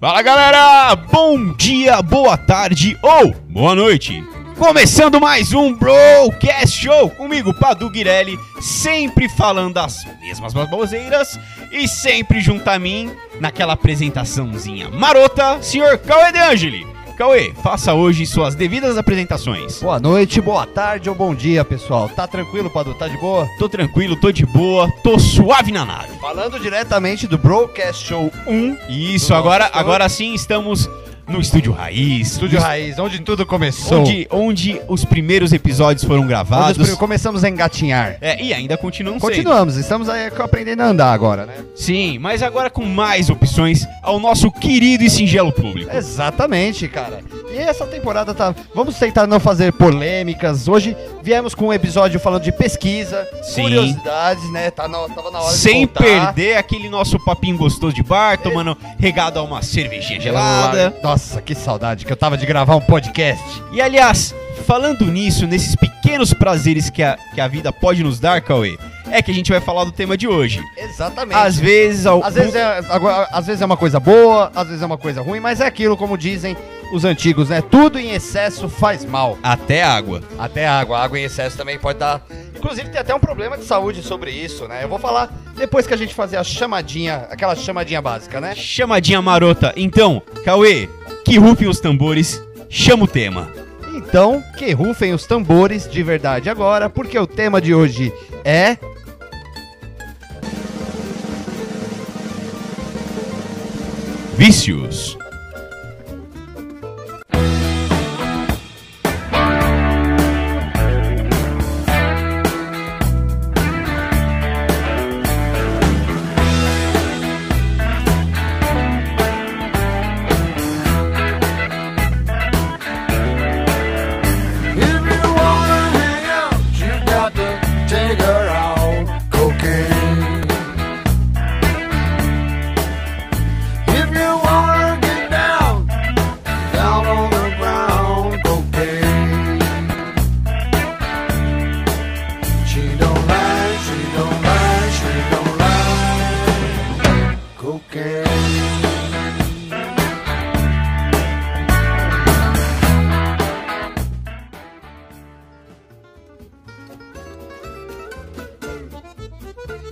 Fala galera, bom dia, boa tarde ou boa noite. Começando mais um Brocast Show comigo, Padu Guirelli, sempre falando as mesmas baboseiras e sempre junto a mim naquela apresentaçãozinha marota, senhor Cauê De Angeli. Cauê, faça hoje suas devidas apresentações. Boa noite, boa tarde ou bom dia, pessoal. Tá tranquilo, Padu? Tá de boa? Tô tranquilo, tô de boa, tô suave na nave. Falando diretamente do Broadcast Show 1, Isso, agora, agora sim estamos no estúdio raiz. Estúdio no Raiz, onde tudo começou. onde, onde os primeiros episódios foram Onde os gravados. prim- começamos a engatinhar. É, e ainda continuam sendo. Continuamos, estamos aí aprendendo a andar agora, né? Sim, mas agora com mais opções ao nosso querido e singelo público. É, Exatamente, cara. E essa temporada tá. Vamos tentar não fazer polêmicas. Hoje viemos com um episódio falando de pesquisa, Sim. curiosidades, né? Tá na, tava na hora Sem de voltar. perder aquele nosso papinho gostoso de bar, tomando regado a uma cervejinha gelada. Nossa, que saudade que eu tava de gravar um podcast. E aliás, falando nisso, nesses pequenos prazeres que a, que a vida pode nos dar, Cauê, é que a gente vai falar do tema de hoje. Exatamente. Às vezes, ao... Às vezes, é, agora, às vezes é uma coisa boa, às vezes é uma coisa ruim, mas é aquilo, como dizem os antigos, né? Tudo em excesso faz mal. até água. Até água. Água em excesso também pode dar. Inclusive, tem até um problema de saúde sobre isso, né? Eu vou falar depois que a gente fazer a chamadinha, aquela chamadinha básica, né? Chamadinha marota. Então, Cauê, que rufem os tambores, chama o tema. Então, que rufem os tambores de verdade agora, porque o tema de hoje é. Vícios. If you wanna hang out, you got to take her out cocaine. If you wanna get down, down on the ground cocaine. She don't lie, she don't lie, she don't lie. Cocaine.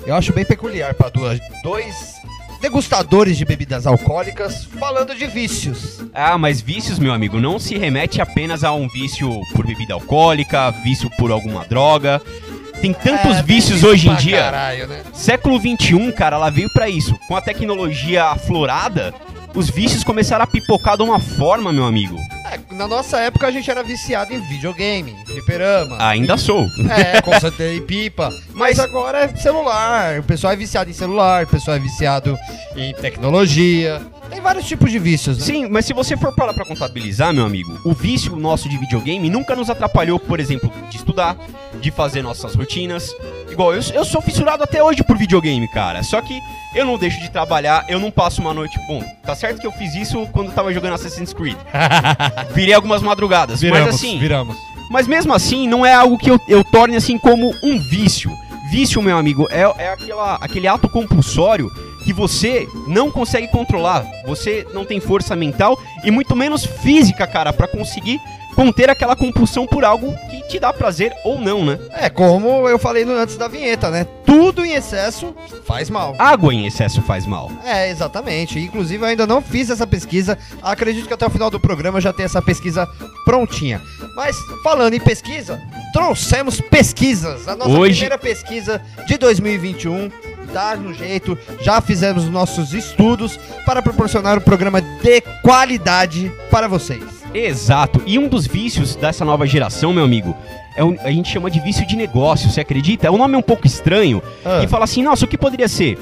Eu acho bem peculiar para dois degustadores de bebidas alcoólicas falando de vícios. Ah, mas vícios, meu amigo, não se remete apenas a um vício por bebida alcoólica, vício por alguma droga. Tem tantos É, vícios vício hoje em pra dia. Caralho, né? Século XXI, cara, ela veio pra isso. Com a tecnologia aflorada, os vícios começaram a pipocar de uma forma, meu amigo. É, na nossa época a gente era viciado em videogame, em fliperama. Ainda sou. É, com certeza, Ah. em pipa. Mas agora é celular. O pessoal é viciado em celular, o pessoal é viciado em tecnologia. Tem vários tipos de vícios, né? Sim, mas se você for parar pra contabilizar, meu amigo, o vício nosso de videogame nunca nos atrapalhou, por exemplo, de estudar, de fazer nossas rotinas. Igual, eu, eu sou fissurado até hoje por videogame, cara. Só que eu não deixo de trabalhar, eu não passo uma noite. Bom, tá certo que eu fiz isso quando eu tava jogando Assassin's Creed. Virei algumas madrugadas, mas assim. viramos. Mas mesmo assim, não é algo que eu, eu torne assim como um vício. Vício, meu amigo, é, é aquela, aquele ato compulsório que você não consegue controlar. Você não tem força mental e muito menos física, cara, pra conseguir conter aquela compulsão por algo que te dá prazer ou não, né? É, como eu falei no- antes da vinheta, né? Tudo em excesso faz mal. Água em excesso faz mal. É, exatamente. Inclusive, eu ainda não fiz essa pesquisa. Acredito que até o final do programa eu já tenha essa pesquisa prontinha. Mas, falando em pesquisa, trouxemos pesquisas. A nossa Hoje- primeira pesquisa de 2021. Dá um. Tá no jeito, já fizemos nossos estudos para proporcionar um programa de qualidade para vocês. Exato. E um dos vícios dessa nova geração, meu amigo, é o- a gente chama de vício de negócio, você acredita? O nome é um pouco estranho, Ah. e fala assim, nossa, o que poderia ser?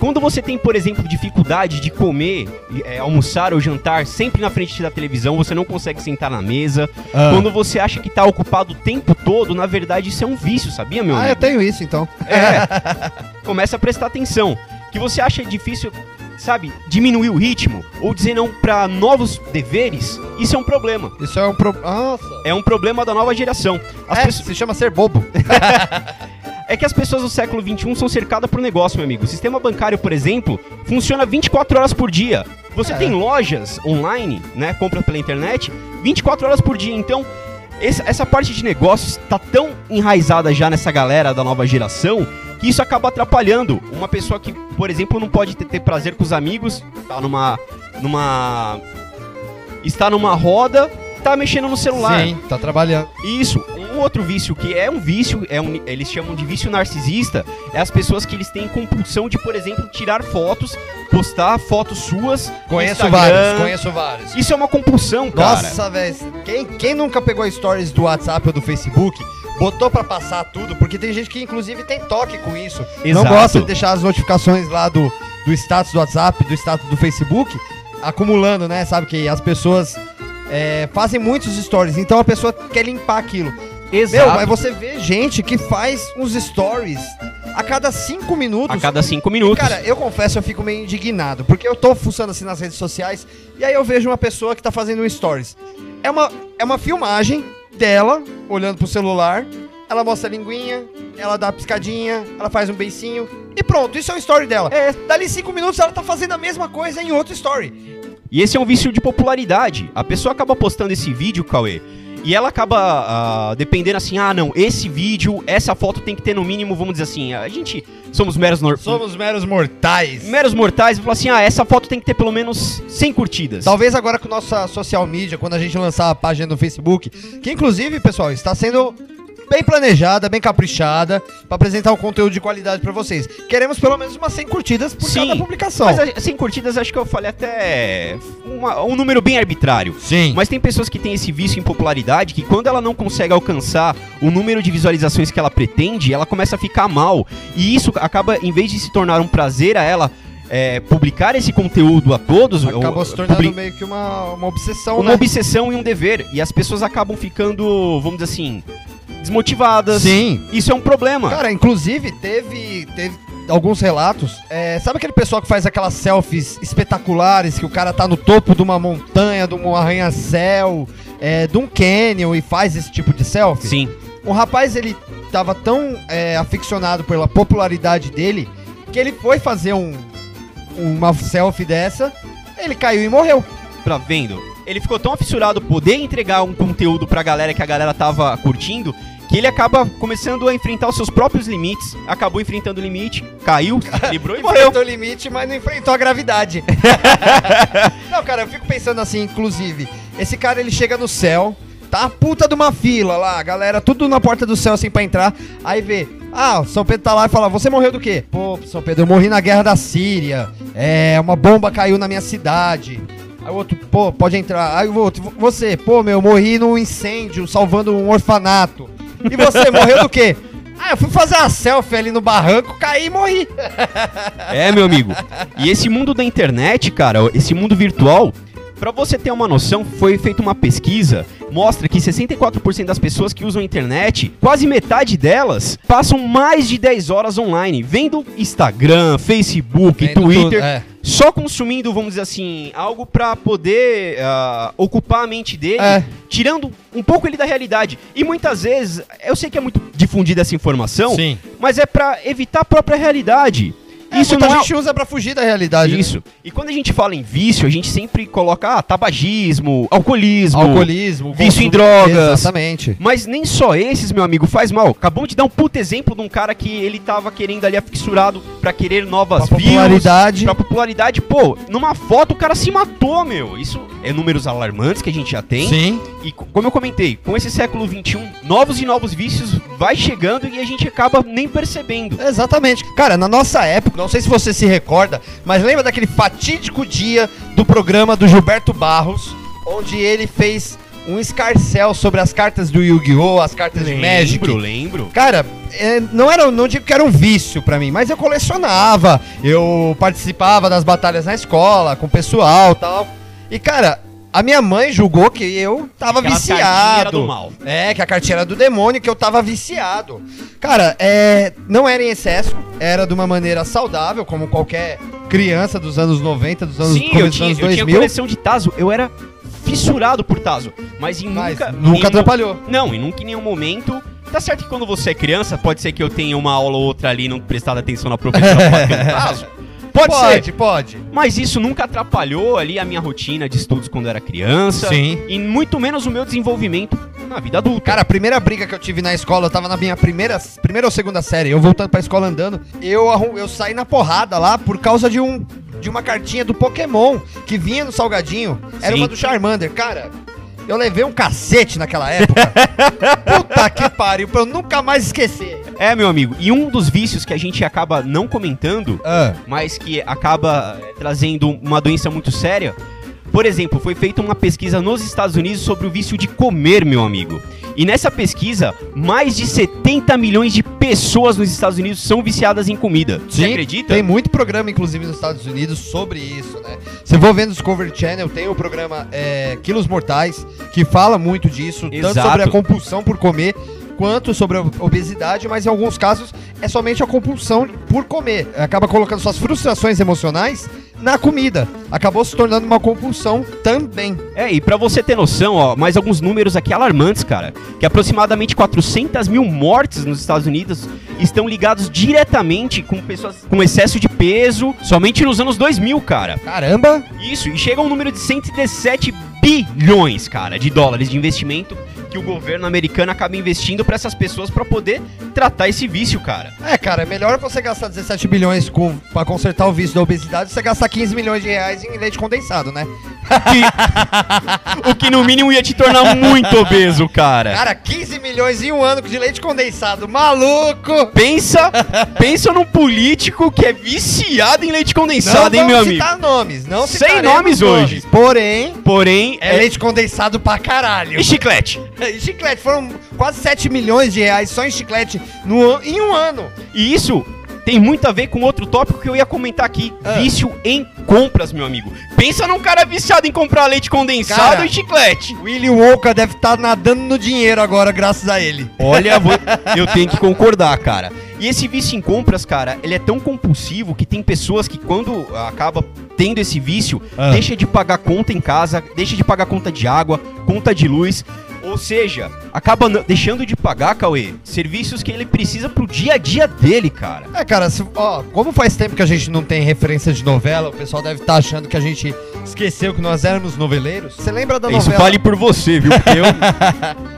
Quando você tem, por exemplo, dificuldade de comer, é, almoçar ou jantar sempre na frente da televisão, você não consegue sentar na mesa. Ah. Quando você acha que tá ocupado o tempo todo, na verdade isso é um vício, sabia, meu Ah, eu amigo? tenho isso então. É. Começa a prestar atenção. Que você acha difícil, sabe, diminuir o ritmo ou dizer não pra novos deveres, isso é um problema. Isso é um problema. Nossa. É um problema da nova geração. As É, pessoas- se chama ser bobo. É que as pessoas do século um XXI são cercadas por negócio, meu amigo. O sistema bancário, por exemplo, funciona 24 horas por dia. Você É. tem lojas online, né? Compra pela internet, 24 horas por dia. Então, esse- essa parte de negócios tá tão enraizada já nessa galera da nova geração que isso acaba atrapalhando. Uma pessoa que, por exemplo, não pode ter, ter prazer com os amigos, tá numa. numa. está numa roda, tá mexendo no celular. Sim, tá trabalhando. Isso. Um outro vício que é um vício, é um- eles chamam de vício narcisista, é as pessoas que eles têm compulsão de, por exemplo, tirar fotos, postar fotos suas. no Conheço Instagram. vários, conheço vários. Isso é uma compulsão, cara. Nossa, velho. Quem, quem nunca pegou stories do WhatsApp ou do Facebook, botou pra passar tudo, porque tem gente que inclusive tem toque com isso. Exato. Não gosta de deixar as notificações lá do, do status do WhatsApp, do status do Facebook, acumulando, né? Sabe que as pessoas é, fazem muitos stories, então a pessoa quer limpar aquilo. Meu, mas você vê gente que faz uns stories a cada cinco minutos. A cada cinco minutos. Cara, eu confesso, eu fico meio indignado, porque eu tô fuçando assim nas redes sociais e aí eu vejo uma pessoa que tá fazendo um stories. É uma, é uma filmagem dela, olhando pro celular, ela mostra a linguinha, ela dá a piscadinha, ela faz um beicinho e pronto, isso é o story dela. É. Dali cinco minutos ela tá fazendo a mesma coisa em outro story. E esse é um vício de popularidade. A pessoa acaba postando esse vídeo, Cauê, e ela acaba ah, dependendo assim, ah, não, esse vídeo, essa foto tem que ter no mínimo, vamos dizer assim, a gente somos meros nor- meros mortais. meros mortais, e fala assim, ah, essa foto tem que ter pelo menos 100 curtidas. Talvez agora com nossa social media, quando a gente lançar a página no Facebook, que inclusive, pessoal, está sendo bem planejada, bem caprichada, para apresentar um conteúdo de qualidade para vocês. Queremos pelo menos umas 100 curtidas por Sim, cada publicação. Mas a- 100 curtidas acho que eu falei até uma- um número bem arbitrário. Sim. Mas tem pessoas que têm esse vício em popularidade que quando ela não consegue alcançar o número de visualizações que ela pretende, ela começa a ficar mal. E isso acaba, em vez de se tornar um prazer a ela é, publicar esse conteúdo a todos, Acabou ou- se tornando publi- meio que uma, uma obsessão, uma né? obsessão e um dever. E as pessoas acabam ficando, vamos dizer assim, desmotivadas. Sim. Isso é um problema. Cara, inclusive teve, teve alguns relatos. É, sabe aquele pessoal que faz aquelas selfies espetaculares que o cara tá no topo de uma montanha, de um arranha-céu, é, de um canyon e faz esse tipo de selfie? Sim. O Um rapaz, ele tava tão é, aficionado pela popularidade dele que ele foi fazer um, uma selfie dessa, ele caiu e morreu. pra vendo. Ele ficou tão aficionado poder entregar um conteúdo pra galera que a galera tava curtindo, que ele acaba começando a enfrentar os seus próprios limites, acabou enfrentando o limite, caiu, librou e morreu. Enfrentou o limite, mas não enfrentou a gravidade. não, cara, eu fico pensando assim, inclusive, esse cara ele chega no céu, tá a puta de uma fila lá, a galera, tudo na porta do céu assim pra entrar, aí vê. Ah, o São Pedro tá lá e fala, você morreu do quê? Pô, São Pedro, eu morri na guerra da Síria. É, uma bomba caiu na minha cidade. Aí o outro, pô, pode entrar. Aí o outro, "Vo- você, pô, meu, eu morri num incêndio salvando um orfanato. E você, morreu do quê? Ah, eu fui fazer uma selfie ali no barranco, caí e morri. É, meu amigo. E esse mundo da internet, cara, esse mundo virtual, pra você ter uma noção, foi feita uma pesquisa, mostra que 64% das pessoas que usam a internet, quase metade delas, passam mais de 10 horas online, vendo Instagram, Facebook, Vendo Twitter, tudo, é. só consumindo, vamos dizer assim, algo pra poder ah, ocupar a mente dele, É. tirando um pouco ele da realidade. E muitas vezes, eu sei que é muito difundida essa informação, Sim. mas é pra evitar a própria realidade. É, isso muita não é gente usa pra fugir da realidade. né? isso. E quando a gente fala em vício, a gente sempre coloca ah, tabagismo, alcoolismo. Alcoolismo, vício em consumo- drogas. Exatamente. Mas nem só esses, meu amigo, faz mal. Acabamos de dar um puto exemplo de um cara que ele tava querendo ali afixurado pra querer novas Pra views, popularidade. Pra popularidade. Pô, numa foto o cara se matou, meu. Isso é números alarmantes que a gente já tem. Sim. E co- como eu comentei, com esse século XXI, novos e novos vícios vai chegando e a gente acaba nem percebendo. Exatamente. Cara, na nossa época, não sei se você se recorda, mas lembra daquele fatídico dia do programa do Gilberto Barros, onde ele fez um escarcel sobre as cartas do Yu-Gi-Oh!, as cartas de Magic. lembro. Cara, é, não era, não digo que era um vício pra mim, mas eu colecionava, eu participava das batalhas na escola com o pessoal, tal. E cara, a minha mãe julgou que eu tava Aquela cartinha era viciado. do mal. É, que a cartinha era do demônio, que eu tava viciado. Cara, é, não era em excesso, era de uma maneira saudável, como qualquer criança dos anos 90, dos anos, Sim, começo eu dos tinha, anos eu tinha 2000, coleção de Tazo. Eu era fissurado por Tazo. Mas em mas nunca. nunca, em nu- atrapalhou. Não, e nunca em nenhum momento. Tá certo que quando você é criança, pode ser que eu tenha uma aula ou outra ali e não prestar atenção na professora pra cantar Tazo. Pode, Pode, ser. pode. Mas isso nunca atrapalhou ali a minha rotina de estudos quando eu era criança. Sim. E muito menos o meu desenvolvimento na vida adulta. Cara, a primeira briga que eu tive na escola, eu tava na minha primeira, primeira ou segunda série, eu voltando pra escola andando, eu, arrum- eu saí na porrada lá por causa de um de uma cartinha do Pokémon que vinha no salgadinho. Era Sim. uma do Charmander, cara. Eu levei um cacete naquela época. Puta que pariu, pra eu nunca mais esquecer. É, meu amigo. E um dos vícios que a gente acaba não comentando, mas que acaba eh, trazendo uma doença muito séria. Por exemplo, foi feita uma pesquisa nos Estados Unidos sobre o vício de comer, meu amigo. E nessa pesquisa, mais de 70 milhões de pessoas nos Estados Unidos são viciadas em comida. Você Sim, acredita? Tem muito programa, inclusive, nos Estados Unidos sobre isso, né? Você for vendo o Discovery Channel, tem o programa é, Quilos Mortais, que fala muito disso, tanto Exato. sobre a compulsão por comer, quanto sobre a obesidade, mas em alguns casos é somente a compulsão por comer. Acaba colocando suas frustrações emocionais na comida. Acabou se tornando uma compulsão também. É, e pra você ter noção, ó, mais alguns números aqui alarmantes, cara. Que aproximadamente 400 mil mortes nos Estados Unidos estão ligados diretamente com pessoas com excesso de peso somente nos anos 2000, cara. Caramba! Isso, e chega a um número de 117 bilhões, cara, de dólares de investimento que o governo americano acaba investindo pra essas pessoas pra poder tratar esse vício, cara. É, cara, é melhor você gastar 17 bilhões com, pra consertar o vício da obesidade do que você gastar 15 milhões de reais em leite condensado, né? O que no mínimo ia te tornar muito obeso, cara. Cara, 15 milhões em um ano de leite condensado, maluco! Pensa, pensa num político que é viciado em leite condensado, hein, meu amigo? citar nomes, não Sem citaremos nomes hoje. Porém, Porém, é, leite condensado pra caralho. E chiclete. E chiclete, foram quase 7 milhões de reais só em chiclete no, an- em um ano. E isso tem muito a ver com outro tópico que eu ia comentar aqui: Ah. vício em compras, meu amigo. Pensa num cara viciado em comprar leite condensado Cara. e chiclete. Willy Wonka deve estar nadando no dinheiro agora, graças a ele. Olha, vou- eu tenho que concordar, cara. E esse vício em compras, cara, ele é tão compulsivo que tem pessoas que quando acaba tendo esse vício, Ah. deixa de pagar conta em casa, deixa de pagar conta de água, conta de luz, ou seja, acaba n- deixando de pagar, Cauê, serviços que ele precisa pro dia a dia dele, cara. É, cara, se- ó, como faz tempo que a gente não tem referência de novela, o pessoal deve estar achando que a gente esqueceu que nós éramos noveleiros. Você lembra da Isso novela? vale por você, viu? Porque eu,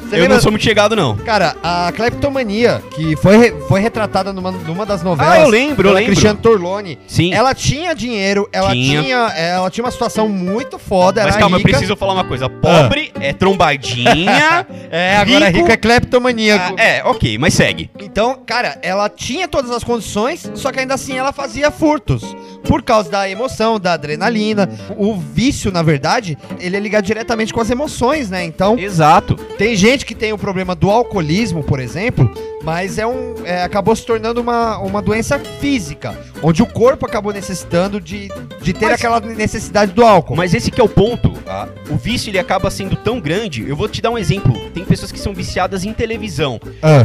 Você eu lembra- não sou muito chegado, não. Cara, a Cleptomania, que foi, re- foi retratada numa, numa das novelas. Ah, eu lembro, eu pela lembro. Cristiano Torlone. Sim. Ela tinha dinheiro, ela Tinha. tinha. ela tinha uma situação muito foda, Mas era calma, rica. Ah. eu preciso falar uma coisa. Pobre é trombadinha. É, agora rico- rica é cleptomaníaco. Ah, é, ok, mas segue. Então, cara, ela tinha todas as condições, só que ainda assim ela fazia furtos. Por causa da emoção, da adrenalina. O vício, na verdade, ele é ligado diretamente com as emoções, né? Então, Exato. Tem gente que tem o problema do alcoolismo, por exemplo, mas é um, é, acabou se tornando uma, uma doença física, onde o corpo acabou necessitando de, de ter Mas- aquela necessidade do álcool. Mas esse que é o ponto. tá? O vício ele acaba sendo tão grande. Eu vou te dar um exemplo. Tem pessoas que são viciadas em televisão.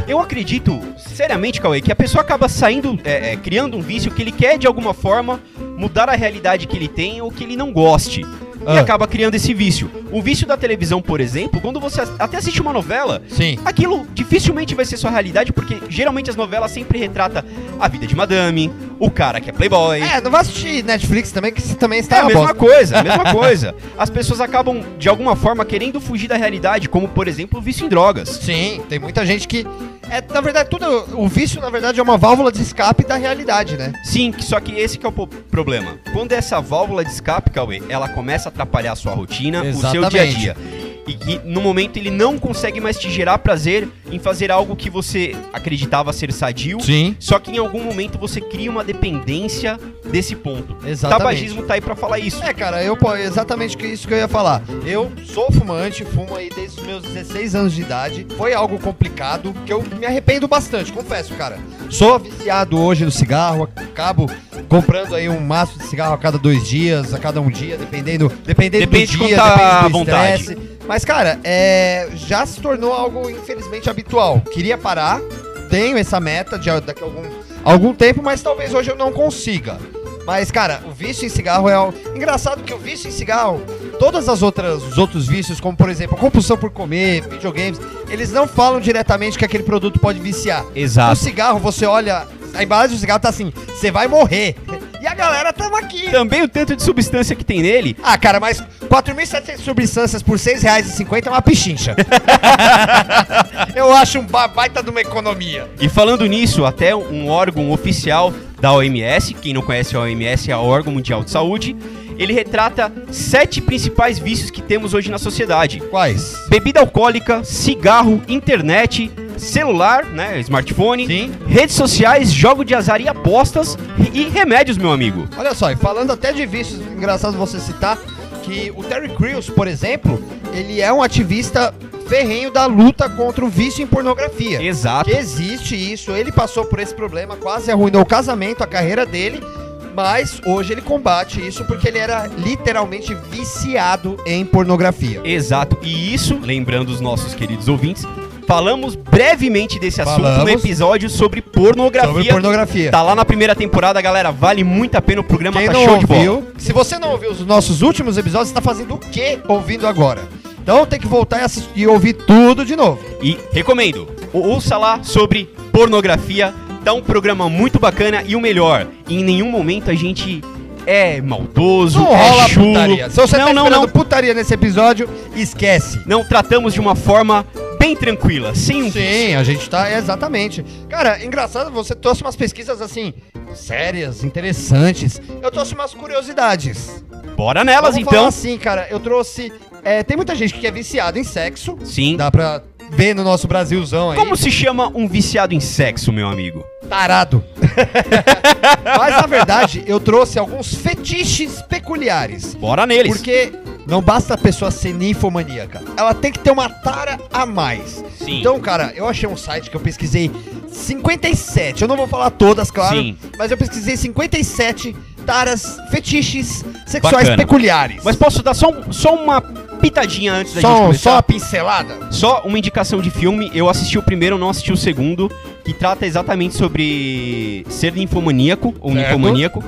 Eu acredito, seriamente, Cauê, que a pessoa acaba saindo, é, é, criando um vício que ele quer, de alguma forma, mudar a realidade que ele tem ou que ele não goste. E Ah. acaba criando esse vício. O vício da televisão, por exemplo, quando você as- até assiste uma novela, Sim. aquilo dificilmente vai ser sua realidade, porque geralmente as novelas sempre retratam a vida de madame, o cara que é playboy. É, tá não vai assistir Netflix também, que isso também É está a uma mesma bosta. coisa, a mesma coisa. As pessoas acabam, de alguma forma, querendo fugir da realidade, como, por exemplo, o vício em drogas. Sim, tem muita gente que. É, na verdade, tudo. O vício, na verdade, é uma válvula de escape da realidade, né? Sim, que- só que esse que é o po- problema. Quando essa válvula de escape, Cauê, ela começa a atrapalhar a sua rotina, o seu dia a Exatamente. dia. E que no momento ele não consegue mais te gerar prazer em fazer algo que você acreditava ser sadio. Sim. Só que em algum momento você cria uma dependência desse ponto. Exatamente. Tabagismo tá aí pra falar isso. É, cara, eu pô, exatamente que isso que eu ia falar. Eu sou fumante, fumo aí desde os meus 16 anos de idade. Foi algo complicado, que eu me arrependo bastante, confesso, cara. Sou viciado hoje no cigarro, acabo comprando aí um maço de cigarro a cada dois dias, a cada um dia, dependendo, dependendo Depende de do dia, quanto tá dependendo à vontade. estresse. Mas, cara, é, já se tornou algo, infelizmente, habitual. Queria parar, tenho essa meta de daqui a algum, algum tempo, mas talvez hoje eu não consiga. Mas, cara, o vício em cigarro é algo... Engraçado que o vício em cigarro, todas as outras, os outros vícios, como por exemplo a compulsão por comer, videogames, eles não falam diretamente que aquele produto pode viciar. No Exato. cigarro, você olha, a embalagem do cigarro tá assim, você vai morrer. E a galera tava aqui. Também o tanto de substância que tem nele. Ah, cara, mas 4.700 substâncias por R$ 6,50 é uma pichincha. Eu acho um ba- baita de uma economia. E falando nisso, até um órgão oficial da OMS, quem não conhece a OMS é o órgão mundial de saúde, ele retrata sete principais vícios que temos hoje na sociedade. Quais? Bebida alcoólica, cigarro, internet, celular, né, smartphone, Sim. redes sociais, jogo de azar e apostas e remédios, meu amigo. Olha só, e falando até de vícios, engraçado você citar que o Terry Crews, por exemplo, ele é um ativista ferrenho da luta contra o vício em pornografia. Exato. Que existe isso, ele passou por esse problema, quase arruinou o casamento, a carreira dele, mas hoje ele combate isso porque ele era literalmente viciado em pornografia. Exato. E isso, lembrando os nossos queridos ouvintes, falamos brevemente desse assunto no Falamos. episódio sobre pornografia. Sobre pornografia. Tá lá na primeira temporada, galera. Vale muito a pena o programa, Quem tá não show de bola. ouviu, se você não ouviu os nossos últimos episódios, você tá fazendo o que ouvindo agora? Então tem que voltar e, assistir, e ouvir tudo de novo. E recomendo, ou- ouça lá sobre pornografia. Tá um programa muito bacana e o melhor, em nenhum momento a gente é maldoso, Não é rola chulo. putaria. Se você não, tá não, esperando não. putaria nesse episódio, esquece. Não tratamos de uma forma bem tranquila, sem um Sim, a gente tá. Exatamente. Cara, engraçado, você trouxe umas pesquisas assim, sérias, interessantes. Eu trouxe umas curiosidades. Bora nelas Vamos então. falar assim, cara, eu trouxe. é, tem muita gente que é viciada em sexo. Sim. assim. Dá pra ver no nosso Brasilzão aí. Como se chama um viciado em sexo, meu amigo? Tarado. Mas na verdade, eu trouxe alguns fetiches peculiares. Bora neles. Porque não basta a pessoa ser ninfomaníaca. Ela tem que ter uma tara a mais. Sim. Então, cara, eu achei um site que eu pesquisei 57. Eu não vou falar todas, claro. Sim. Mas eu pesquisei 57 taras, fetiches sexuais Bacana. peculiares. Mas posso dar só, um- só uma pitadinha antes da gente só, um, começar? só a pincelada? Só uma indicação de filme, eu assisti o primeiro, não assisti o segundo, que trata exatamente sobre ser ninfomaníaco, ou Certo. ninfomaníaco,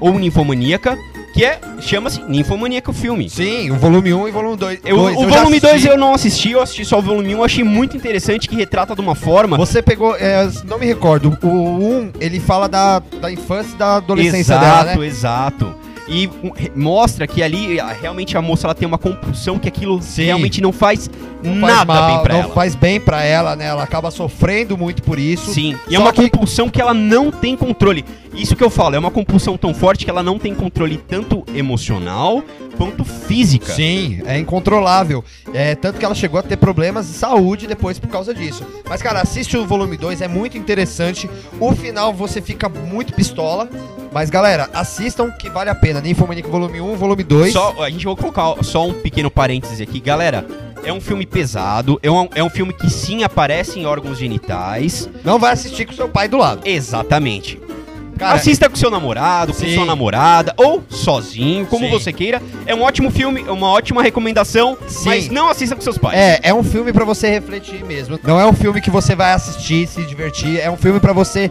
ou ninfomaníaca, que é, chama-se Ninfomaníaca o filme. Sim, o volume 1 e o volume 2. Eu- o volume 2 eu não assisti, eu assisti só o volume 1, eu achei muito interessante que retrata de uma forma... Você pegou, é, não me recordo, o 1, ele fala da, da infância e da adolescência exato, dela, né? exato. E um, re- mostra que ali, a- realmente, a moça ela tem uma compulsão que aquilo Sim. realmente não faz Não faz nada bem pra não ela. faz bem pra ela, né? Ela acaba sofrendo muito por isso. Sim, e é Só uma que- compulsão que ela não tem controle. Isso que eu falo, é uma compulsão tão forte que ela não tem controle tanto emocional quanto física. Sim, é incontrolável. É, tanto que ela chegou a ter problemas de saúde depois por causa disso. Mas, cara, assiste o volume 2, é muito interessante. O final você fica muito pistola. Mas, galera, assistam que vale a pena. Ninfomaníaco volume 1, volume 2. Só, a gente vai colocar só um pequeno parêntese aqui, galera. É um filme pesado, é um, é um filme que sim aparece em órgãos genitais. Não vai assistir com seu pai do lado. Exatamente. Cara, Assista com seu namorado, com Sim. sua namorada, ou sozinho, como Sim. você queira. É um ótimo filme, é uma ótima recomendação, Sim. mas não assista com seus pais. É, é um filme pra você refletir mesmo. Não é um filme que você vai assistir, se divertir. É um filme pra você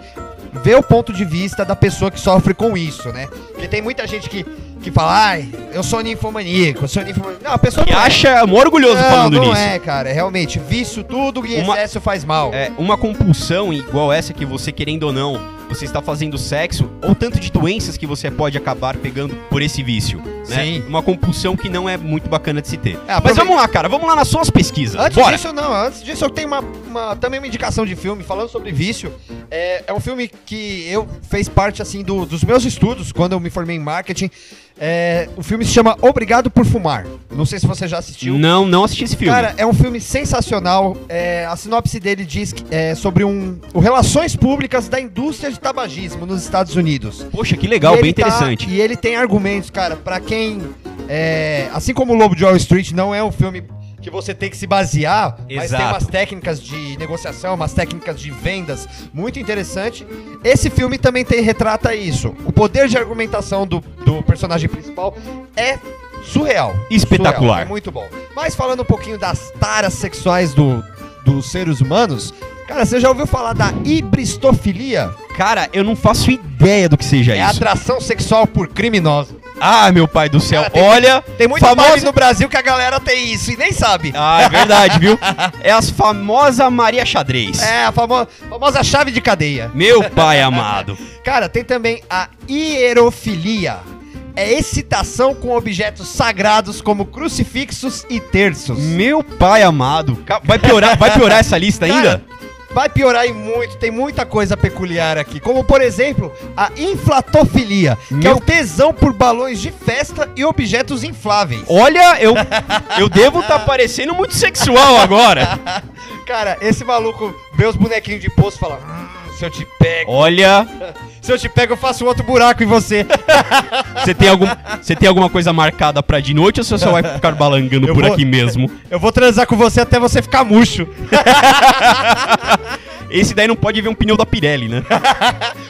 ver o ponto de vista da pessoa que sofre com isso, né? Porque tem muita gente que, que fala, ai, eu sou ninfomaníaco, eu sou ninfomaníaco. Não, a pessoa E não é. acha mó orgulhoso não, falando não nisso. é, cara. Realmente, vício tudo e Uma- excesso faz mal. É, uma compulsão igual essa que você querendo ou não, você está fazendo sexo, ou tanto de doenças que você pode acabar pegando por esse vício. Né? Sim. Uma compulsão que não é muito bacana de se ter. Ah, Mas aproveita- vamos lá, cara, vamos lá nas suas pesquisas. Antes Bora! disso, não. Antes disso, eu tenho uma, uma- também uma indicação de filme falando sobre vício. É, é um filme que eu fez parte assim do- dos meus estudos quando eu me formei em marketing. É, o filme se chama Obrigado por Fumar. Não sei se você já assistiu. Não, não assisti esse filme. Cara, é um filme sensacional. É, a sinopse dele diz que é sobre um, o relações públicas da indústria de tabagismo nos Estados Unidos. Poxa, que legal, E bem ele tá- interessante. e ele tem argumentos, cara, pra quem. é, assim como o Lobo de Wall Street não é um filme que você tem que se basear, mas tem Exato. umas técnicas de negociação, umas técnicas de vendas muito interessante. Esse filme também tem, retrata isso. O poder de argumentação do, do personagem principal é surreal. Espetacular. Surreal, é muito bom. Mas falando um pouquinho das taras sexuais do, dos seres humanos, cara, você já ouviu falar da hibristofilia? Cara, eu não faço ideia do que seja É, isso. atração sexual por criminosos. Ah, meu pai do céu, Cara, tem olha. Tem muito famosa- famoso no Brasil que a galera tem isso e nem sabe. Ah, é verdade, viu? É as famosa Maria Xadrez. É, a famo- famosa chave de cadeia. Meu pai amado. Cara, tem também a hierofilia. É excitação com objetos sagrados como crucifixos e terços. Meu pai amado. Ca- Vai piorar, vai piorar essa lista Cara, ainda? Vai piorar e muito, tem muita coisa peculiar aqui. Como, por exemplo, a inflatofilia, que é Meu- o tesão por balões de festa e objetos infláveis. Olha, eu eu devo estar parecendo muito sexual agora. Cara, esse maluco vê os bonequinhos de poço e fala: "Hum, se eu te pego, Olha, se eu te pego, eu faço outro buraco em você. você tem algum, você tem alguma coisa marcada pra de noite ou você só vai ficar balangando Eu por vou- aqui mesmo? Eu vou transar com você até você ficar murcho. Esse daí não pode ver um pneu da Pirelli, né?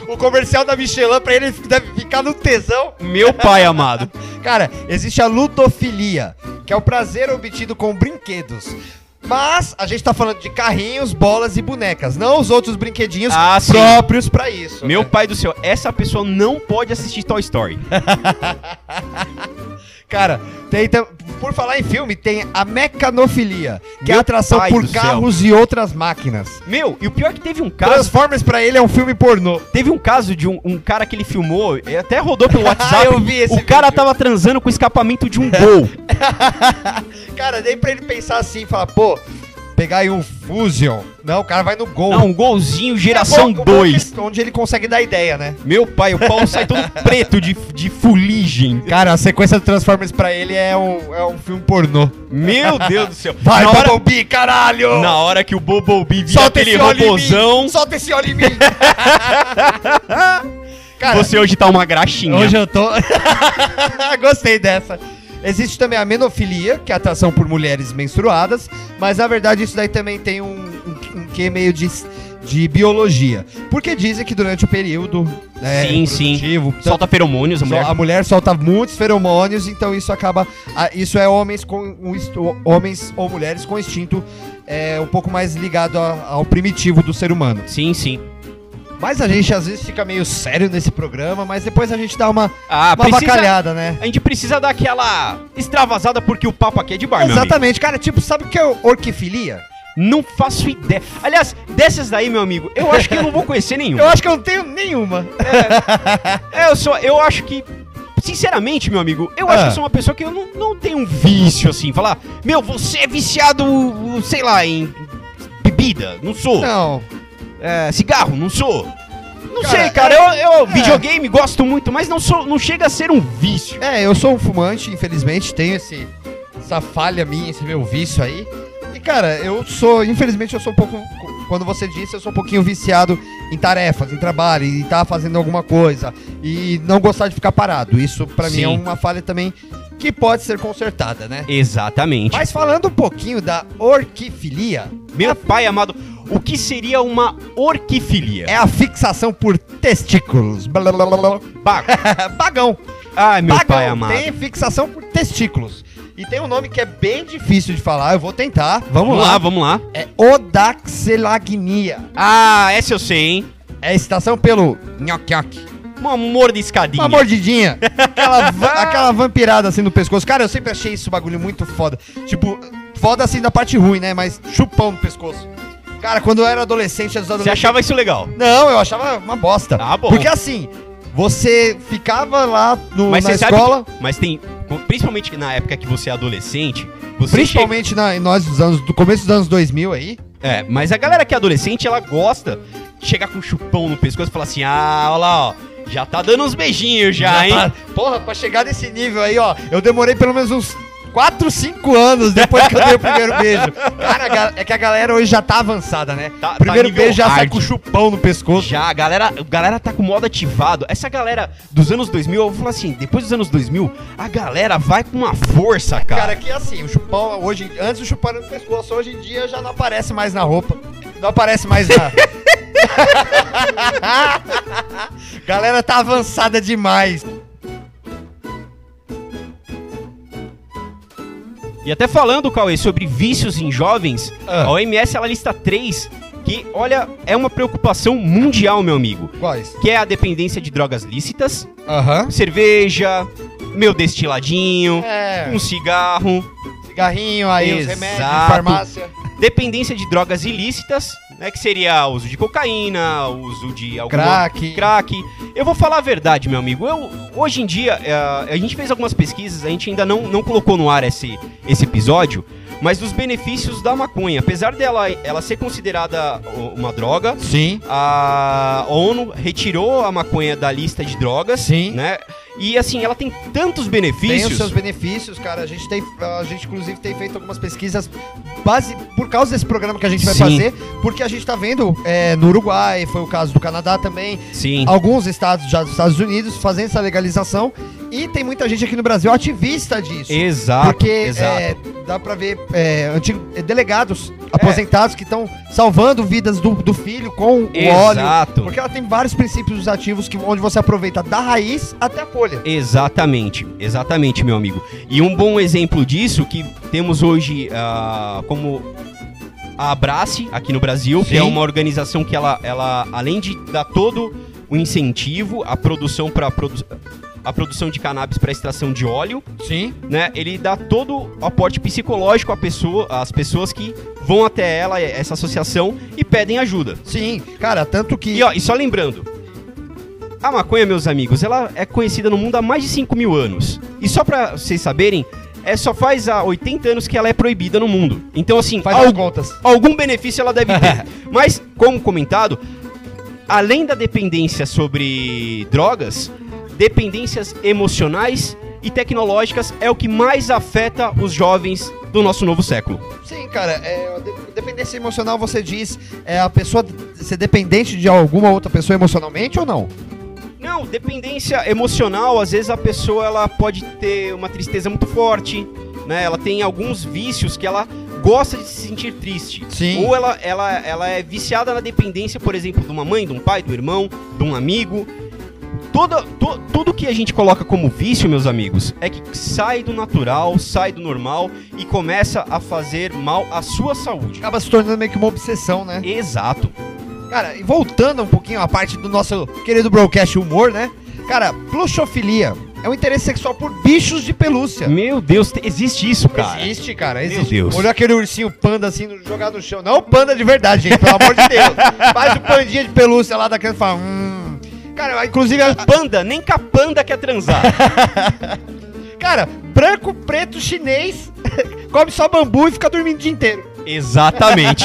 O comercial da Michelin pra ele deve ficar no tesão. Meu pai amado. Cara, existe a ludofilia, que é o prazer obtido com brinquedos. Mas a gente tá falando de carrinhos, bolas e bonecas, não os outros brinquedinhos Ah, sim. próprios pra isso. Meu né? pai do céu, essa pessoa não pode assistir Toy Story. cara, tem tam- por falar em filme, tem a mecanofilia, que é Meu a atração pai do por céu. carros e outras máquinas. Meu, e o pior é que teve um caso, Transformers pra ele é um filme pornô. teve um caso de um, um cara que ele filmou, e até rodou pelo WhatsApp. Ah, Eu vi esse o cara vídeo. tava transando com o escapamento de um gol. Cara, nem pra ele pensar assim e falar, pô, pegar aí um Fusion. Não, o cara vai no gol. Não, um golzinho geração É bom- bom 2. que- Onde ele consegue dar ideia, né? Meu pai, o pau sai todo preto de, de fuligem. Cara, a sequência do Transformers pra ele é um, é um filme pornô. Meu Deus do céu. Vai, na, hora, Bumblebee, caralho! na hora que o Bobobi vira Solta aquele esse olho em robozão, mim! Solta esse olho em mim! Cara, você hoje tá uma graxinha. hoje eu tô... Gostei dessa. Existe também a menofilia, que é a atração por mulheres menstruadas, mas na verdade isso daí também tem um, um, um quê meio de, de biologia. Porque dizem que durante o período né, Sim, sim. produtivo, tanto Solta feromônios, a Só- mulher. a mulher solta muitos feromônios, então isso acaba. a- isso é homens com um insto- homens ou mulheres com instinto é, um pouco mais ligado a- ao primitivo do ser humano. Sim, sim. Mas a gente às vezes fica meio sério nesse programa, mas depois a gente dá uma, Ah, uma precisa, avacalhada, né? a gente precisa dar aquela extravasada porque o papo aqui é de bar, meu amigo. Exatamente, cara, tipo, sabe o que é o- orquifilia? Não faço ideia. Aliás, dessas daí, meu amigo, eu acho que eu não vou conhecer nenhum. Eu acho que eu não tenho nenhuma. É, eu sou. Eu acho que. Sinceramente, meu amigo, eu acho Ah. que eu sou uma pessoa que eu não, não tenho um vício assim. Falar, meu, você é viciado, sei lá, em bebida. Não sou. Não. É, cigarro, não sou. Não Cara, sei, cara. Eu, eu é. videogame gosto muito, mas não sou, não chega a ser um vício. É, eu sou um fumante, infelizmente, tenho esse, essa falha minha, esse meu vício aí. E, cara, eu sou, infelizmente, eu sou um pouco. Quando você disse, eu sou um pouquinho viciado em tarefas, em trabalho, em estar fazendo alguma coisa. E não gostar de ficar parado. Isso, pra mim, Sim. é uma falha também que pode ser consertada, né? Exatamente. Mas falando um pouquinho da orquifilia, meu pai amado, o que seria uma orquifilia? é a fixação por testículos. Blá, blá, blá, blá. Bago. Bagão. Ai, meu Pagão pai amado. É. tem fixação por testículos. E tem um nome que é bem difícil de falar, eu vou tentar. Vamos lá, vamos lá. É odaxelagnia. Ah, essa eu sei, hein? Um É excitação pelo nhoque nhoque. Uma mordiscadinha. Uma mordidinha. aquela, va- aquela vampirada assim no pescoço. Cara, eu sempre achei isso um bagulho muito foda. Tipo, foda assim da parte ruim, né? Mas chupão no pescoço. Cara, quando eu era adolescente, os Você adolescentes. achava isso legal? Não, eu achava uma bosta. Tá bom. Porque assim, você ficava lá no, Mas na você sabe escola. que- mas tem. Principalmente na época que você é adolescente, você. Principalmente na, em nós dos anos, do começo dos anos 2000 aí. chega- é, mas a galera que é adolescente, ela gosta de chegar com um chupão no pescoço e falar assim: ah, olha lá, ó. Já tá dando uns beijinhos já, hein? tá- Porra, pra chegar nesse nível aí, ó, eu demorei pelo menos uns 4, 5 anos depois que eu dei o primeiro beijo. Cara, a ga- é que a galera hoje já tá avançada, né? Tá- tá primeiro nível beijo já sai hard. com chupão no pescoço. Já, a galera, a galera tá com o modo ativado. Essa galera dos anos 2000, eu vou falar assim, depois dos anos 2000, a galera vai com uma força, cara. Cara, que assim, o chupão hoje, antes o chupão era no pescoço, hoje em dia já não aparece mais na roupa. Não aparece mais na. galera tá avançada demais. E até falando, Cauê, sobre vícios em jovens, Ah. a OMS ela lista três que, olha, é uma preocupação mundial, meu amigo. Quais? Que é a dependência de drogas lícitas, Aham. cerveja, meu destiladinho, É, um cigarro, cigarrinho aí, os Exato. remédios, farmácia. dependência de drogas ilícitas, né, que seria o uso de cocaína, o uso de alguma Crack. crack. Eu vou falar a verdade, meu amigo. Eu, hoje em dia, é, a gente fez algumas pesquisas, a gente ainda não, não colocou no ar esse, esse episódio, mas dos benefícios da maconha. Apesar dela ela ser considerada o- uma droga, Sim. a ONU retirou a maconha da lista de drogas, Sim. né? E assim, ela tem tantos Tem os benefícios. seus benefícios, cara. A gente tem, a gente inclusive tem feito algumas pesquisas base por causa desse programa que a gente vai Sim. fazer, porque a gente tá vendo é, no Uruguai, foi o caso do Canadá também, Sim. alguns estados já dos Estados Unidos fazendo essa legalização e tem muita gente aqui no Brasil ativista disso. Exato. Porque exato. é, dá pra ver é, antigo- é, delegados aposentados que estão salvando vidas do, do filho com é, o óleo. Exato. Porque ela tem vários princípios ativos que, onde você aproveita da raiz até a folha. Exatamente, exatamente, meu amigo. E um bom exemplo disso que temos hoje ah, como a Abrace aqui no Brasil, que Sim. é uma organização que ela, ela além de dar todo o incentivo à produção para a produção de cannabis para extração de óleo, Sim. né? Ele dá todo o aporte psicológico à pessoa, às pessoas que vão até ela, essa associação e pedem ajuda. Sim, cara, tanto que. E, ó, e só lembrando, a maconha, meus amigos, ela é conhecida no mundo há mais de 5 mil anos. E só pra vocês saberem, é só faz há 80 anos que ela é proibida no mundo. Então, assim, faz al- as contas. algum benefício ela deve ter. Mas, como comentado, além da dependência sobre drogas, dependências emocionais e tecnológicas é o que mais afeta os jovens do nosso novo século. Sim, cara, é, de- dependência emocional, você diz, é a pessoa d- ser dependente de alguma outra pessoa emocionalmente ou não? Não, dependência emocional, às vezes a pessoa ela pode ter uma tristeza muito forte, né? Ela tem alguns vícios que ela gosta de se sentir triste. Sim. Ou ela, ela, ela é viciada na dependência, por exemplo, de uma mãe, de um pai, de um irmão, de um amigo. Toda, to- tudo que a gente coloca como vício, meus amigos, é que sai do natural, sai do normal e começa a fazer mal à sua saúde. Acaba se tornando meio que uma obsessão, né? Exato. Cara, e voltando um pouquinho à parte do nosso querido broadcast humor, né? Cara, pluchofilia é um interesse sexual por bichos de pelúcia. Meu Deus, te- existe isso, cara. Existe, cara, Meu existe. Deus. Olhou aquele ursinho panda assim, no- jogado no chão. Não o panda de verdade, gente, pelo amor de Deus. Faz o pandinha de pelúcia lá da criança e fala, hum... Cara, inclusive, a- Panda, nem capanda quer transar. Cara, branco, preto, chinês, come só bambu e fica dormindo o dia inteiro. Exatamente.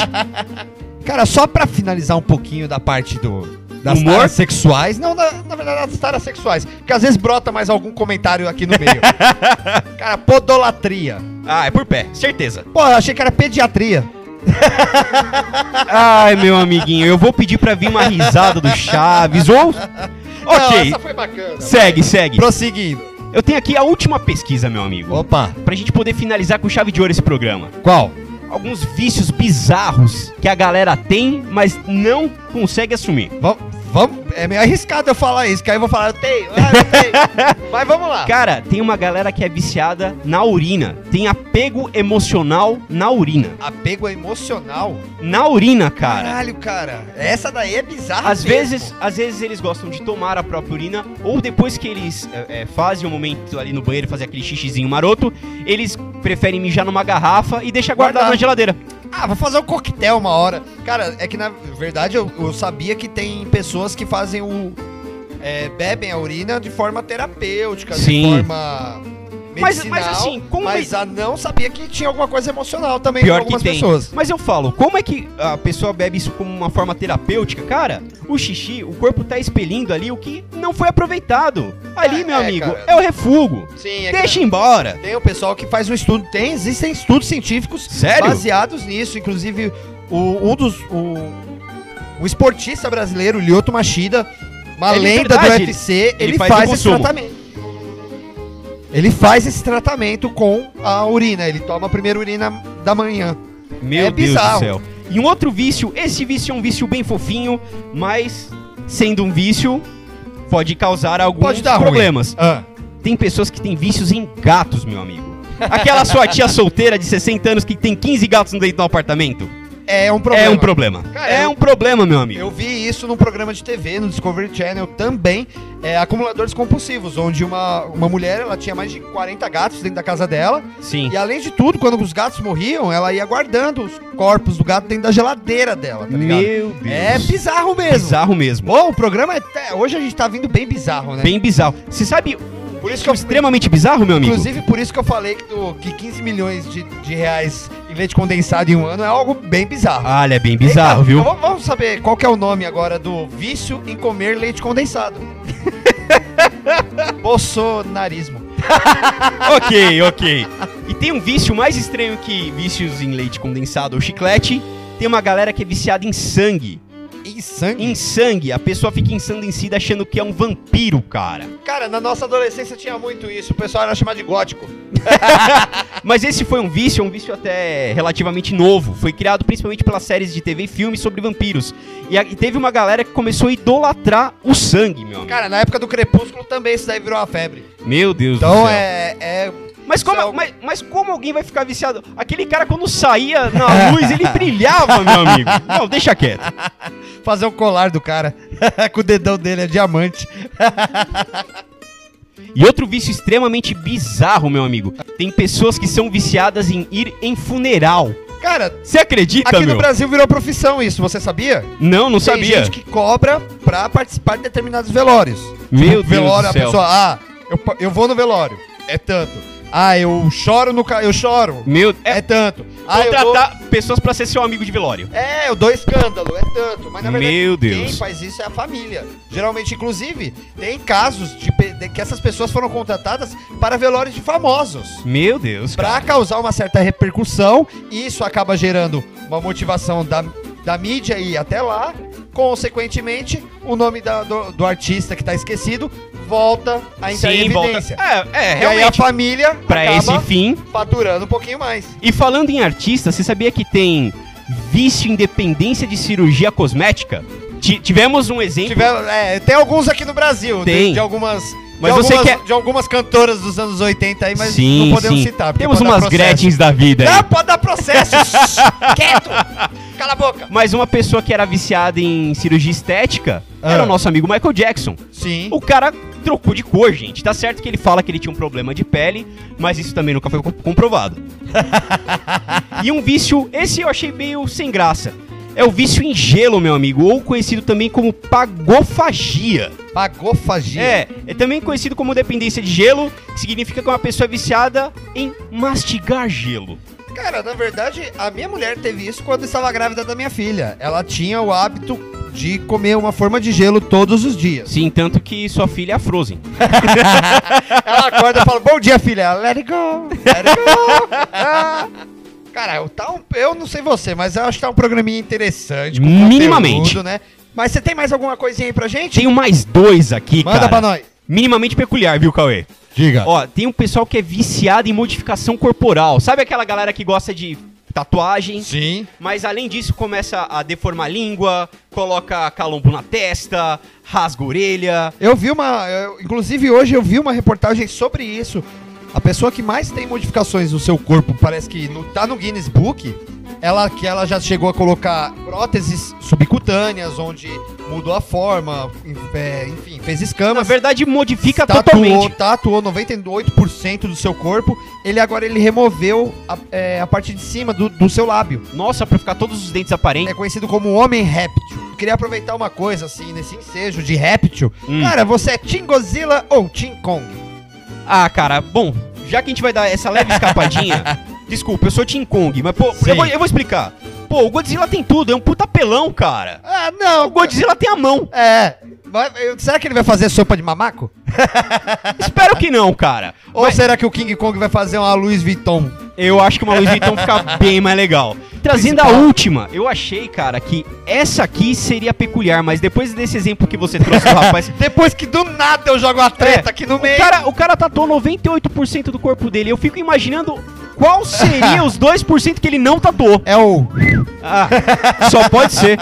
Cara, só pra finalizar um pouquinho da parte do das Humor? taras sexuais. Não, na, na verdade, das taras sexuais. Porque às vezes brota mais algum comentário aqui no meio. cara, podolatria. ah, é por pé, certeza. Pô, eu achei que era pediatria. Ai, meu amiguinho, eu vou pedir pra vir uma risada do Chaves ou. Não, Ok, essa foi bacana. segue, segue. Prosseguindo. Eu tenho aqui a última pesquisa, meu amigo. Opa, Pra gente poder finalizar com chave de ouro esse programa. qual? Alguns vícios bizarros que a galera tem, mas não consegue assumir. Vamos. Vamos, é meio arriscado eu falar isso, que aí eu vou falar, eu tenho, ah, eu tenho. Mas vamos lá. Cara, tem uma galera que é viciada na urina. Tem apego emocional na urina. Apego emocional. Na urina, cara. Caralho, cara. Essa daí é bizarra. Às mesmo. vezes, às vezes eles gostam de tomar a própria urina, ou depois que eles é, é, fazem um momento ali no banheiro, fazer aquele xixizinho maroto, eles preferem mijar numa garrafa e deixar guardado Guardar. na geladeira. Ah, vou fazer um coquetel uma hora. Cara, é que na verdade eu, eu sabia que tem pessoas que fazem o. é, bebem a urina de forma terapêutica, Sim. de forma. Mas- mas medicinal, assim, como Mas a não sabia que tinha alguma coisa emocional também pra Pior que algumas tem. pessoas. Mas eu falo, como é que a pessoa bebe isso como uma forma terapêutica? Cara, o xixi, o corpo tá expelindo ali o que não foi aproveitado. Ali, Ah, meu é, amigo, cara. é o refúgio. Sim, é Deixa embora. Tem o pessoal que faz um estudo, tem, existem estudos científicos Sério? baseados nisso, inclusive o, um dos o, o esportista brasileiro, Lyoto Machida, uma Ele, lenda do verdade, UFC, É ele, ele faz faz, o esse consumo. tratamento. Ele faz esse tratamento com a urina, ele toma a primeira urina da manhã. Meu É Deus bizarro. do céu. E um outro vício, esse vício é um vício bem fofinho, mas sendo um vício, pode causar alguns Pode dar ruim. problemas. Ah. Tem pessoas que têm vícios em gatos, meu amigo. Aquela sua tia solteira de 60 anos que tem 15 gatos no dentro do apartamento. é um problema. É um problema. Cara, é eu- um problema, meu amigo. Eu vi isso num programa de TV, no Discovery Channel também, é, acumuladores compulsivos, onde uma, uma mulher ela tinha mais de 40 gatos dentro da casa dela. Sim. E além de tudo, quando os gatos morriam, ela ia guardando os corpos do gato dentro da geladeira dela, tá ligado? Meu Deus. É bizarro mesmo. bizarro mesmo. Bom, o programa é até- hoje a gente tá vindo bem bizarro, né? Bem bizarro. Você sabe por isso que que é eu, extremamente bizarro, meu amigo? inclusive por isso que eu falei que, do- que 15 milhões de, de reais em leite condensado em um ano é algo bem bizarro. Olha, é bem bizarro, Eita, viu? então Vamos, vamos saber qual que é o nome agora do vício em comer leite condensado. Bolsonarismo. ok, ok. E tem um vício mais estranho que vícios em leite condensado ou chiclete. Tem uma galera que é viciada em sangue. E sangue? Em sangue, a pessoa fica ensandecida achando que é um vampiro, cara. Cara, na nossa adolescência tinha muito isso. O pessoal era chamado de gótico. Mas esse foi um vício, um vício até relativamente novo. Foi criado principalmente pelas séries de TV e filmes sobre vampiros. E, a- e teve uma galera que começou a idolatrar o sangue, meu amigo. Cara, na época do Crepúsculo também isso daí virou uma febre. Meu Deus do Então céu. é, é. Mas como, Céu. mas, mas como alguém vai ficar viciado? Aquele cara, quando saía na luz, ele brilhava, meu amigo. Não, deixa quieto. fazer o colar do cara. Com o dedão dele, é diamante. E outro vício extremamente bizarro, meu amigo. Tem pessoas que são viciadas em ir em funeral. Cara, Você acredita, aqui meu? no Brasil virou profissão isso, você sabia? Não, não Tem sabia. gente que cobra pra participar de determinados velórios. Tipo, Meu Deus velório, do a céu. pessoa, ah, eu, pa- eu vou no velório, é tanto. Ah, eu choro no ca... eu choro, Meu, é, é, tanto. Ah, eu dou... contratar pessoas pra ser seu amigo de velório. É, eu dou escândalo, é tanto. Mas na verdade, Meu Deus. quem faz isso é a família. Geralmente, inclusive, tem casos de, pe- de que essas pessoas foram contratadas para velórios de famosos. Meu Deus, cara. Pra causar uma certa repercussão, e isso acaba gerando uma motivação da, da mídia e até lá. Consequentemente, o nome da- do, do artista que tá esquecido volta a entrar em Sim, volta. evidência. É, é, E aí a realmente. família Pra acaba esse fim. faturando um pouquinho mais. E falando em artista, você sabia que tem vício em dependência de cirurgia cosmética? Ti- tivemos um exemplo. Tiveram- é, tem alguns aqui no Brasil, de- Tem. De, algumas. Mas de você algumas, quer- de algumas cantoras dos anos 80 aí, mas sim, não podemos sim. citar. porque Temos pode dar umas processo. Gretchens da vida aí. Não, pode dar processo! Quieto! Cala a boca! Mas uma pessoa que era viciada em cirurgia estética Ah. era o nosso amigo Michael Jackson. Sim. O cara trocou de cor, gente. Tá certo que ele fala que ele tinha um problema de pele, mas isso também nunca foi co- comprovado. e um vício, esse eu achei meio sem graça. É o vício em gelo, meu amigo, ou conhecido também como pagofagia. Pagofagia. É, é também conhecido como dependência de gelo, que significa que uma pessoa é viciada em mastigar gelo. Cara, na verdade, a minha mulher teve isso quando estava grávida da minha filha. Ela tinha o hábito de comer uma forma de gelo todos os dias. Sim, tanto que sua filha é a Frozen. Ela acorda e fala: Bom dia, filha. Ela, Let it go, let it go. Ah. Cara, eu, tá um- eu não sei você, mas eu acho que tá um programinha interessante. com Minimamente. conteúdo, né? Mas você tem mais alguma coisinha aí pra gente? Tenho mais dois aqui, Manda cara. pra nós. Minimamente peculiar, viu, Cauê? Diga. Ó, tem um pessoal que é viciado em modificação corporal. Sabe aquela galera que gosta de tatuagem? Sim. Mas além disso, começa a deformar a língua, coloca calombo na testa, rasga a orelha. Eu vi uma. eu- inclusive, hoje eu vi uma reportagem sobre isso. A pessoa que mais tem modificações no seu corpo, parece que no, tá no Guinness Book, ela que ela já chegou a colocar próteses subcutâneas, onde mudou a forma, em- é, enfim, fez Na escamas. verdade, modifica tatuou, totalmente. Tatuou 98% do seu corpo. Ele agora ele removeu a, é, a parte de cima do, do seu lábio. Nossa, pra ficar todos os dentes É aparentes. conhecido como Homem Réptil. Queria aproveitar uma coisa, assim, nesse ensejo de réptil. Hum. Cara, você é Team Godzilla ou Team Kong? Ah, cara, bom, já que a gente vai dar essa leve escapadinha. desculpa, eu sou Tim Kong, mas pô, Sim. eu vou, eu vou explicar. Pô, o Godzilla tem tudo, é um puta pelão, cara. Ah, O não, Godzilla. Godzilla tem a mão. É. Vai- eu- será que ele vai fazer sopa de mamaco? Espero que não, cara. Ou será que o King Kong vai fazer uma Louis Vuitton? Eu acho que uma Louis Vuitton fica bem mais legal. Trazendo a Principal. última, eu achei, cara, que essa aqui seria peculiar, mas depois desse exemplo que você trouxe do rapaz. Depois que do nada eu jogo a treta aqui no meio. É, O cara, o cara tatuou 98% do corpo dele. Eu fico imaginando qual seria os 2% que ele não tatuou. É o. Ah, só pode ser.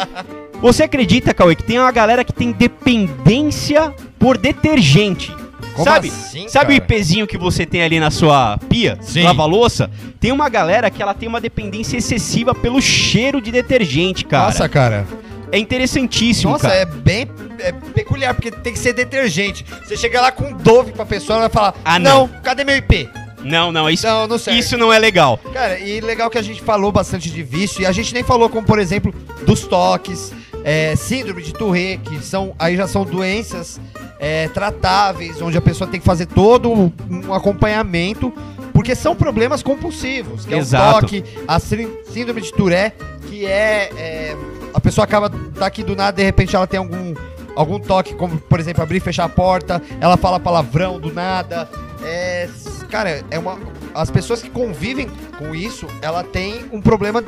Você acredita, Cauê, que tem uma galera que tem dependência por detergente? Como sabe? assim, sabe o cara? IPzinho que você tem ali na sua pia? Sim. Lava-louça? Tem uma galera que ela tem uma dependência excessiva pelo cheiro de detergente, cara. Nossa, cara. É interessantíssimo, Nossa, cara. é bem é peculiar, porque tem que ser detergente. Você chega lá com um Dove pra pessoa, ela vai falar, Ah, não, cadê meu IP? Não, não, isso é. Não, não serve. isso não é legal. Cara, e legal que a gente falou bastante de vício, e a gente nem falou como, por exemplo, dos toques, é, síndrome de Tourette, que são, aí já são doenças é, tratáveis, onde a pessoa tem que fazer todo um um acompanhamento, porque são problemas compulsivos, que é o Exato. toque, a sí- síndrome de Tourette, que é, é, a pessoa acaba daqui do nada, de repente ela tem algum, algum toque, como, por exemplo, abrir e fechar a porta, ela fala palavrão do nada, é, cara, é uma. As pessoas que convivem com isso, ela tem um problema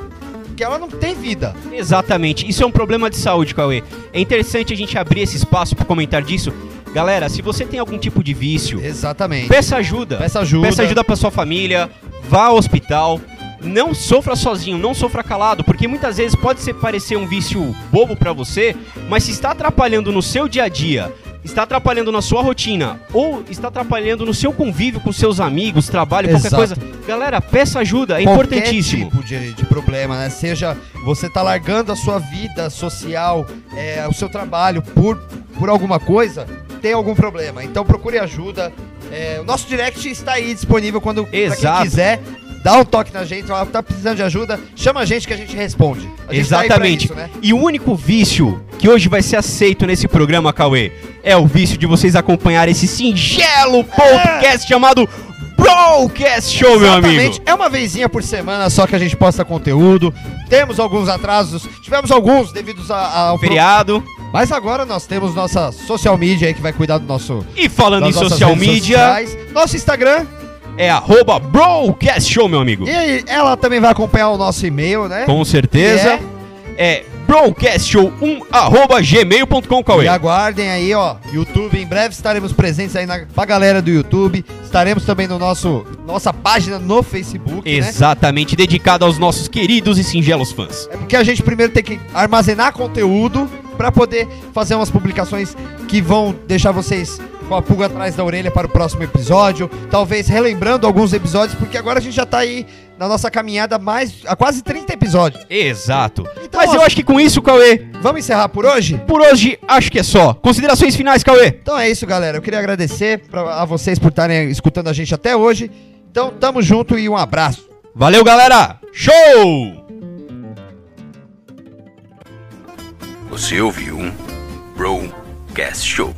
que ela não tem vida. Exatamente. Isso é um problema de saúde, Cauê. É interessante a gente abrir esse espaço para comentar disso. Galera, se você tem algum tipo de vício, Exatamente. peça ajuda. Peça ajuda. Peça ajuda pra sua família, vá ao hospital, não sofra sozinho, não sofra calado, porque muitas vezes pode ser parecer um vício bobo pra você, mas se está atrapalhando no seu dia a dia, está atrapalhando na sua rotina ou está atrapalhando no seu convívio com seus amigos, trabalho, Exato. qualquer coisa, galera, peça ajuda, é Qualquer importantíssimo. tipo de, de problema, né? Seja você tá largando a sua vida social, é, o seu trabalho por, por alguma coisa, tem algum problema. Então procure ajuda. É, o nosso direct está aí disponível quando pra quem Exato. quiser. Dá um toque na gente, fala, tá precisando de ajuda, chama a gente que a gente responde. A gente tá aí pra Exatamente. isso, né? E o único vício que hoje vai ser aceito nesse programa, Cauê, é o vício de vocês acompanhar esse É. singelo podcast chamado Broadcast Show, meu amigo. É uma vezinha por semana só que a gente posta conteúdo. Temos alguns atrasos, tivemos alguns devidos a- ao feriado. Mas agora nós temos nossa social media aí que vai cuidar do nosso. E falando em das nossas social redes media, sociais. Nosso Instagram. é arroba Broadcast Show, meu amigo. E aí, ela também vai acompanhar o nosso e-mail, né? Com certeza. É, broadcastshow1 arroba gmail.com, Cauê. E aguardem aí, ó. YouTube, em breve estaremos presentes aí na, pra galera do YouTube. Estaremos também no nosso nossa página no Facebook, né? Exatamente, dedicado aos nossos queridos e singelos fãs. É porque a gente primeiro tem que armazenar conteúdo pra poder fazer umas publicações que vão deixar vocês com a pulga atrás da orelha para o próximo episódio. Talvez relembrando alguns episódios, porque agora a gente já tá aí na nossa caminhada mais há quase 30 episódios. Exato. Então, Mas eu ó- acho que com isso, Cauê, Vamos encerrar por hoje? por hoje acho que é só. Considerações finais, Cauê. Então é isso, galera. Eu queria agradecer pra, a vocês por estarem escutando a gente até hoje. Então, tamo junto e um abraço. Valeu, galera. Show! Você ouviu um Broadcast Show.